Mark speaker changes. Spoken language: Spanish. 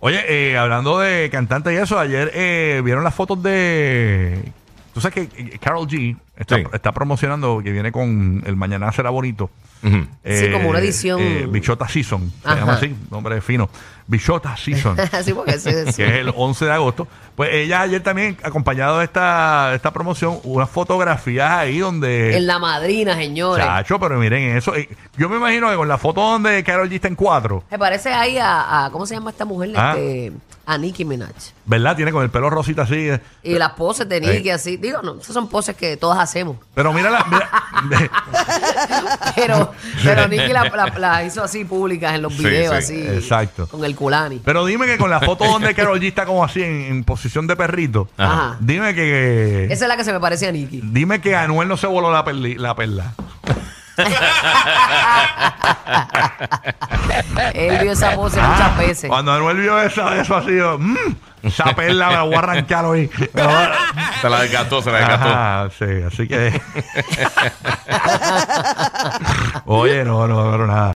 Speaker 1: Oye, eh, hablando de cantante y eso, ayer eh, vieron las fotos de. Tú sabes que eh, Carol G está,
Speaker 2: Sí.
Speaker 1: está promocionando que viene con el Mañana será bonito.
Speaker 2: Ujú.
Speaker 1: Eh,
Speaker 3: como una edición.
Speaker 1: Bichota Season. Se
Speaker 3: Ajá.
Speaker 1: llama así, nombre fino. Bichota Season.
Speaker 3: Así porque sí, sí.
Speaker 1: que es el 11 de agosto. Pues ella ayer también, acompañado de esta, de esta promoción, unas fotografías ahí donde.
Speaker 3: En la madrina, señores.
Speaker 1: Chacho, pero miren eso. Eh, Yo me imagino que con la foto donde Carol G está en cuatro,
Speaker 3: Se parece ahí a, a- ¿cómo se llama esta mujer?
Speaker 1: Ah.
Speaker 3: Este, a Nicki Minaj.
Speaker 1: ¿verdad? Tiene con el pelo rosita así. eh.
Speaker 3: Y las poses de Nicki
Speaker 1: Eh.
Speaker 3: así. Digo, no, esas son poses que todas hacemos.
Speaker 1: Pero mira la. mira-
Speaker 3: Pero, pero Nicki las la, la hizo así públicas en los
Speaker 2: Sí,
Speaker 3: videos,
Speaker 2: sí,
Speaker 3: así.
Speaker 1: exacto.
Speaker 3: Con el culani.
Speaker 1: pero dime que con la foto donde Carol G está como así en, en posición de perrito.
Speaker 3: Ajá.
Speaker 1: Dime que.
Speaker 3: Esa es la que se me parece a Nicki.
Speaker 1: Dime que Anuel no se voló la, perli- la perla.
Speaker 3: Él vio esa pose
Speaker 1: Ah.
Speaker 3: muchas veces.
Speaker 1: Cuando Anuel vio eso, eso así, yo, "Mm, esa perla me la voy a arrancar hoy.
Speaker 2: Se la desgastó, se la desgastó.
Speaker 1: Ajá, sí, así que. Oye, no, no, pero nada.